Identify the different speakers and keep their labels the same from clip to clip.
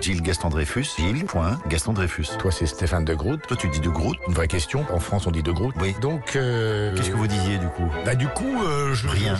Speaker 1: Gilles Gaston Dreyfus, Gilles, point, Gaston Dreyfus.
Speaker 2: Toi, c'est Stéphane de Groot.
Speaker 1: Toi, tu dis de Groot
Speaker 2: Une vraie question. En France, on dit de Groot.
Speaker 1: Oui.
Speaker 2: Donc, euh,
Speaker 1: Qu'est-ce que vous disiez du coup
Speaker 2: Bah, du coup, euh, je.
Speaker 1: Rien.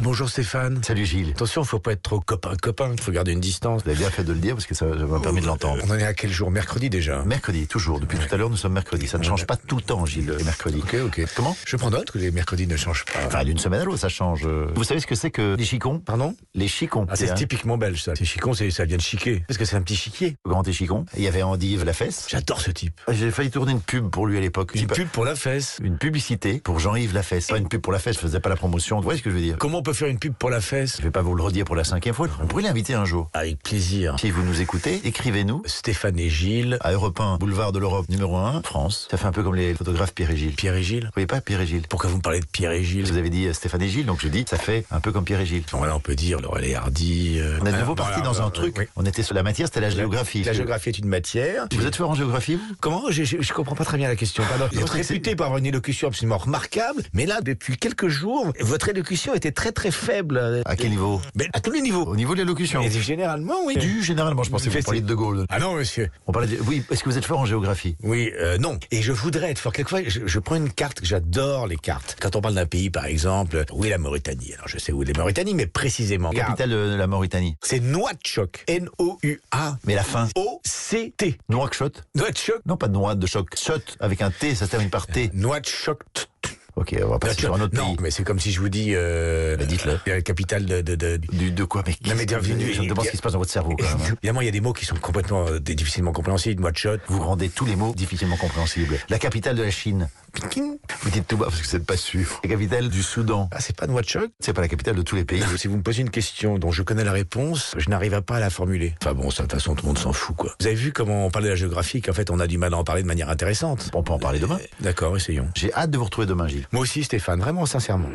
Speaker 2: Bonjour Stéphane.
Speaker 1: Salut Gilles.
Speaker 2: Attention, faut pas être trop copain-copain. Faut garder une distance.
Speaker 1: Vous avez bien fait de le dire parce que ça ça m'a permis de l'entendre.
Speaker 2: On en est à quel jour Mercredi déjà.
Speaker 1: Mercredi, toujours. Depuis tout à l'heure, nous sommes mercredi. Ça ne change pas tout le temps, Gilles, le mercredi.
Speaker 2: Ok, ok.
Speaker 1: Comment
Speaker 2: Je prends note que les mercredis ne changent pas.
Speaker 1: Enfin, d'une semaine à l'autre, ça change. euh. Vous savez ce que c'est que les chicons
Speaker 2: Pardon
Speaker 1: Les chicons.
Speaker 2: Ah, c'est
Speaker 1: un
Speaker 2: typiquement belge ça. C'est chicon, c'est ça vient de chiquer. Parce que c'est un petit chiquier.
Speaker 1: grand échicon. Il y avait Andive la fesse.
Speaker 2: J'adore ce type.
Speaker 1: J'ai failli tourner une pub pour lui à l'époque.
Speaker 2: Une
Speaker 1: Type-
Speaker 2: pub pour la fesse.
Speaker 1: Une publicité pour Jean-Yves Lafesse. Pas une pub pour la fesse, je faisais pas la promotion. Vous voyez ce que je veux dire
Speaker 2: Comment on peut faire une pub pour la fesse
Speaker 1: Je vais pas vous le redire pour la cinquième fois. On pourrait l'inviter un jour.
Speaker 2: Avec plaisir.
Speaker 1: Si vous nous écoutez, écrivez-nous
Speaker 2: Stéphane et Gilles.
Speaker 1: à Europe 1, boulevard de l'Europe numéro 1, France. Ça fait un peu comme les photographes Pierre et Gilles. Vous
Speaker 2: Pierre et Gilles.
Speaker 1: voyez pas Pierre et Gilles
Speaker 2: Pourquoi vous me parlez de Pierre et Gilles
Speaker 1: Vous avez dit euh, Stéphane et Gilles, donc je dis ça fait un peu comme Pierre et Gilles.
Speaker 2: Bon, là, on peut dire Laurel et Hardy. euh,
Speaker 1: On est de
Speaker 2: alors,
Speaker 1: nouveau parti
Speaker 2: voilà,
Speaker 1: dans un
Speaker 2: euh,
Speaker 1: truc.
Speaker 2: oui.
Speaker 1: On était sur la matière, c'était la géographie.
Speaker 2: La géographie est une matière.
Speaker 1: Vous êtes fort en géographie, vous
Speaker 2: Comment je, je, je comprends pas très bien la question. Pardon. Vous êtes
Speaker 1: truc, c'est-
Speaker 2: réputé pour avoir une élocution absolument remarquable, mais là, depuis quelques jours, votre élocution était très très faible.
Speaker 1: À quel niveau
Speaker 2: Mais à tous les niveaux.
Speaker 1: Au niveau de l'élocution.
Speaker 2: Et généralement, oui.
Speaker 1: Du généralement, je pensais que vous
Speaker 2: Mais
Speaker 1: parliez
Speaker 2: c'est-
Speaker 1: de De Gaulle.
Speaker 2: Ah non, monsieur.
Speaker 1: On parlait de... Oui, est-ce que vous êtes fort en géographie
Speaker 2: Oui, euh, non. Et je voudrais être fort. Quelquefois, je, je prends une carte, j'adore les cartes. Quand on parle d'un pays, par exemple, où est la Mauritanie Alors, je sais où est la Mauritanie, mais précisément.
Speaker 1: Capitale euh, de la Mauritanie.
Speaker 2: C'est Nouakchott. N-O-U-A.
Speaker 1: Mais la fin.
Speaker 2: O-C-T.
Speaker 1: Nouakchott
Speaker 2: Nouakchott.
Speaker 1: Non, pas de noix, de choc. Chot, avec un T, ça se termine par T.
Speaker 2: Nouakchott.
Speaker 1: Ok, on va passer Ah, sur un autre pays.
Speaker 2: non, mais c'est comme si je vous dis... Euh,
Speaker 1: Bah, dites-le.
Speaker 2: La capitale de... de, de- du-
Speaker 1: Du, de quoi Mais,
Speaker 2: Non, mais
Speaker 1: qu'est-ce que-
Speaker 2: bienvenue.
Speaker 1: je me demande ce qui se passe dans votre cerveau, quand même. hein.
Speaker 2: Évidemment, il y a des mots qui sont complètement euh, difficilement compréhensibles. Nouakchott.
Speaker 1: Vous rendez tous les mots difficilement compréhensibles. La capitale de la Chine. Vous dites tout bas parce que c'est pas sûr. La capitale du Soudan.
Speaker 2: Ah, c'est pas Nouakchott
Speaker 1: C'est pas la capitale de tous les pays.
Speaker 2: Si vous me posez une question dont je connais la réponse, je n'arrive pas à la formuler. Enfin bon, ça, de toute façon, tout le monde s'en fout, quoi. Vous avez vu comment on parlait de la géographie, qu'en fait, on a du mal à en parler de manière intéressante.
Speaker 1: On peut en parler demain.
Speaker 2: D'accord, essayons.
Speaker 1: J'ai hâte de vous retrouver demain, Gilles.
Speaker 2: Moi aussi, Stéphane, vraiment sincèrement.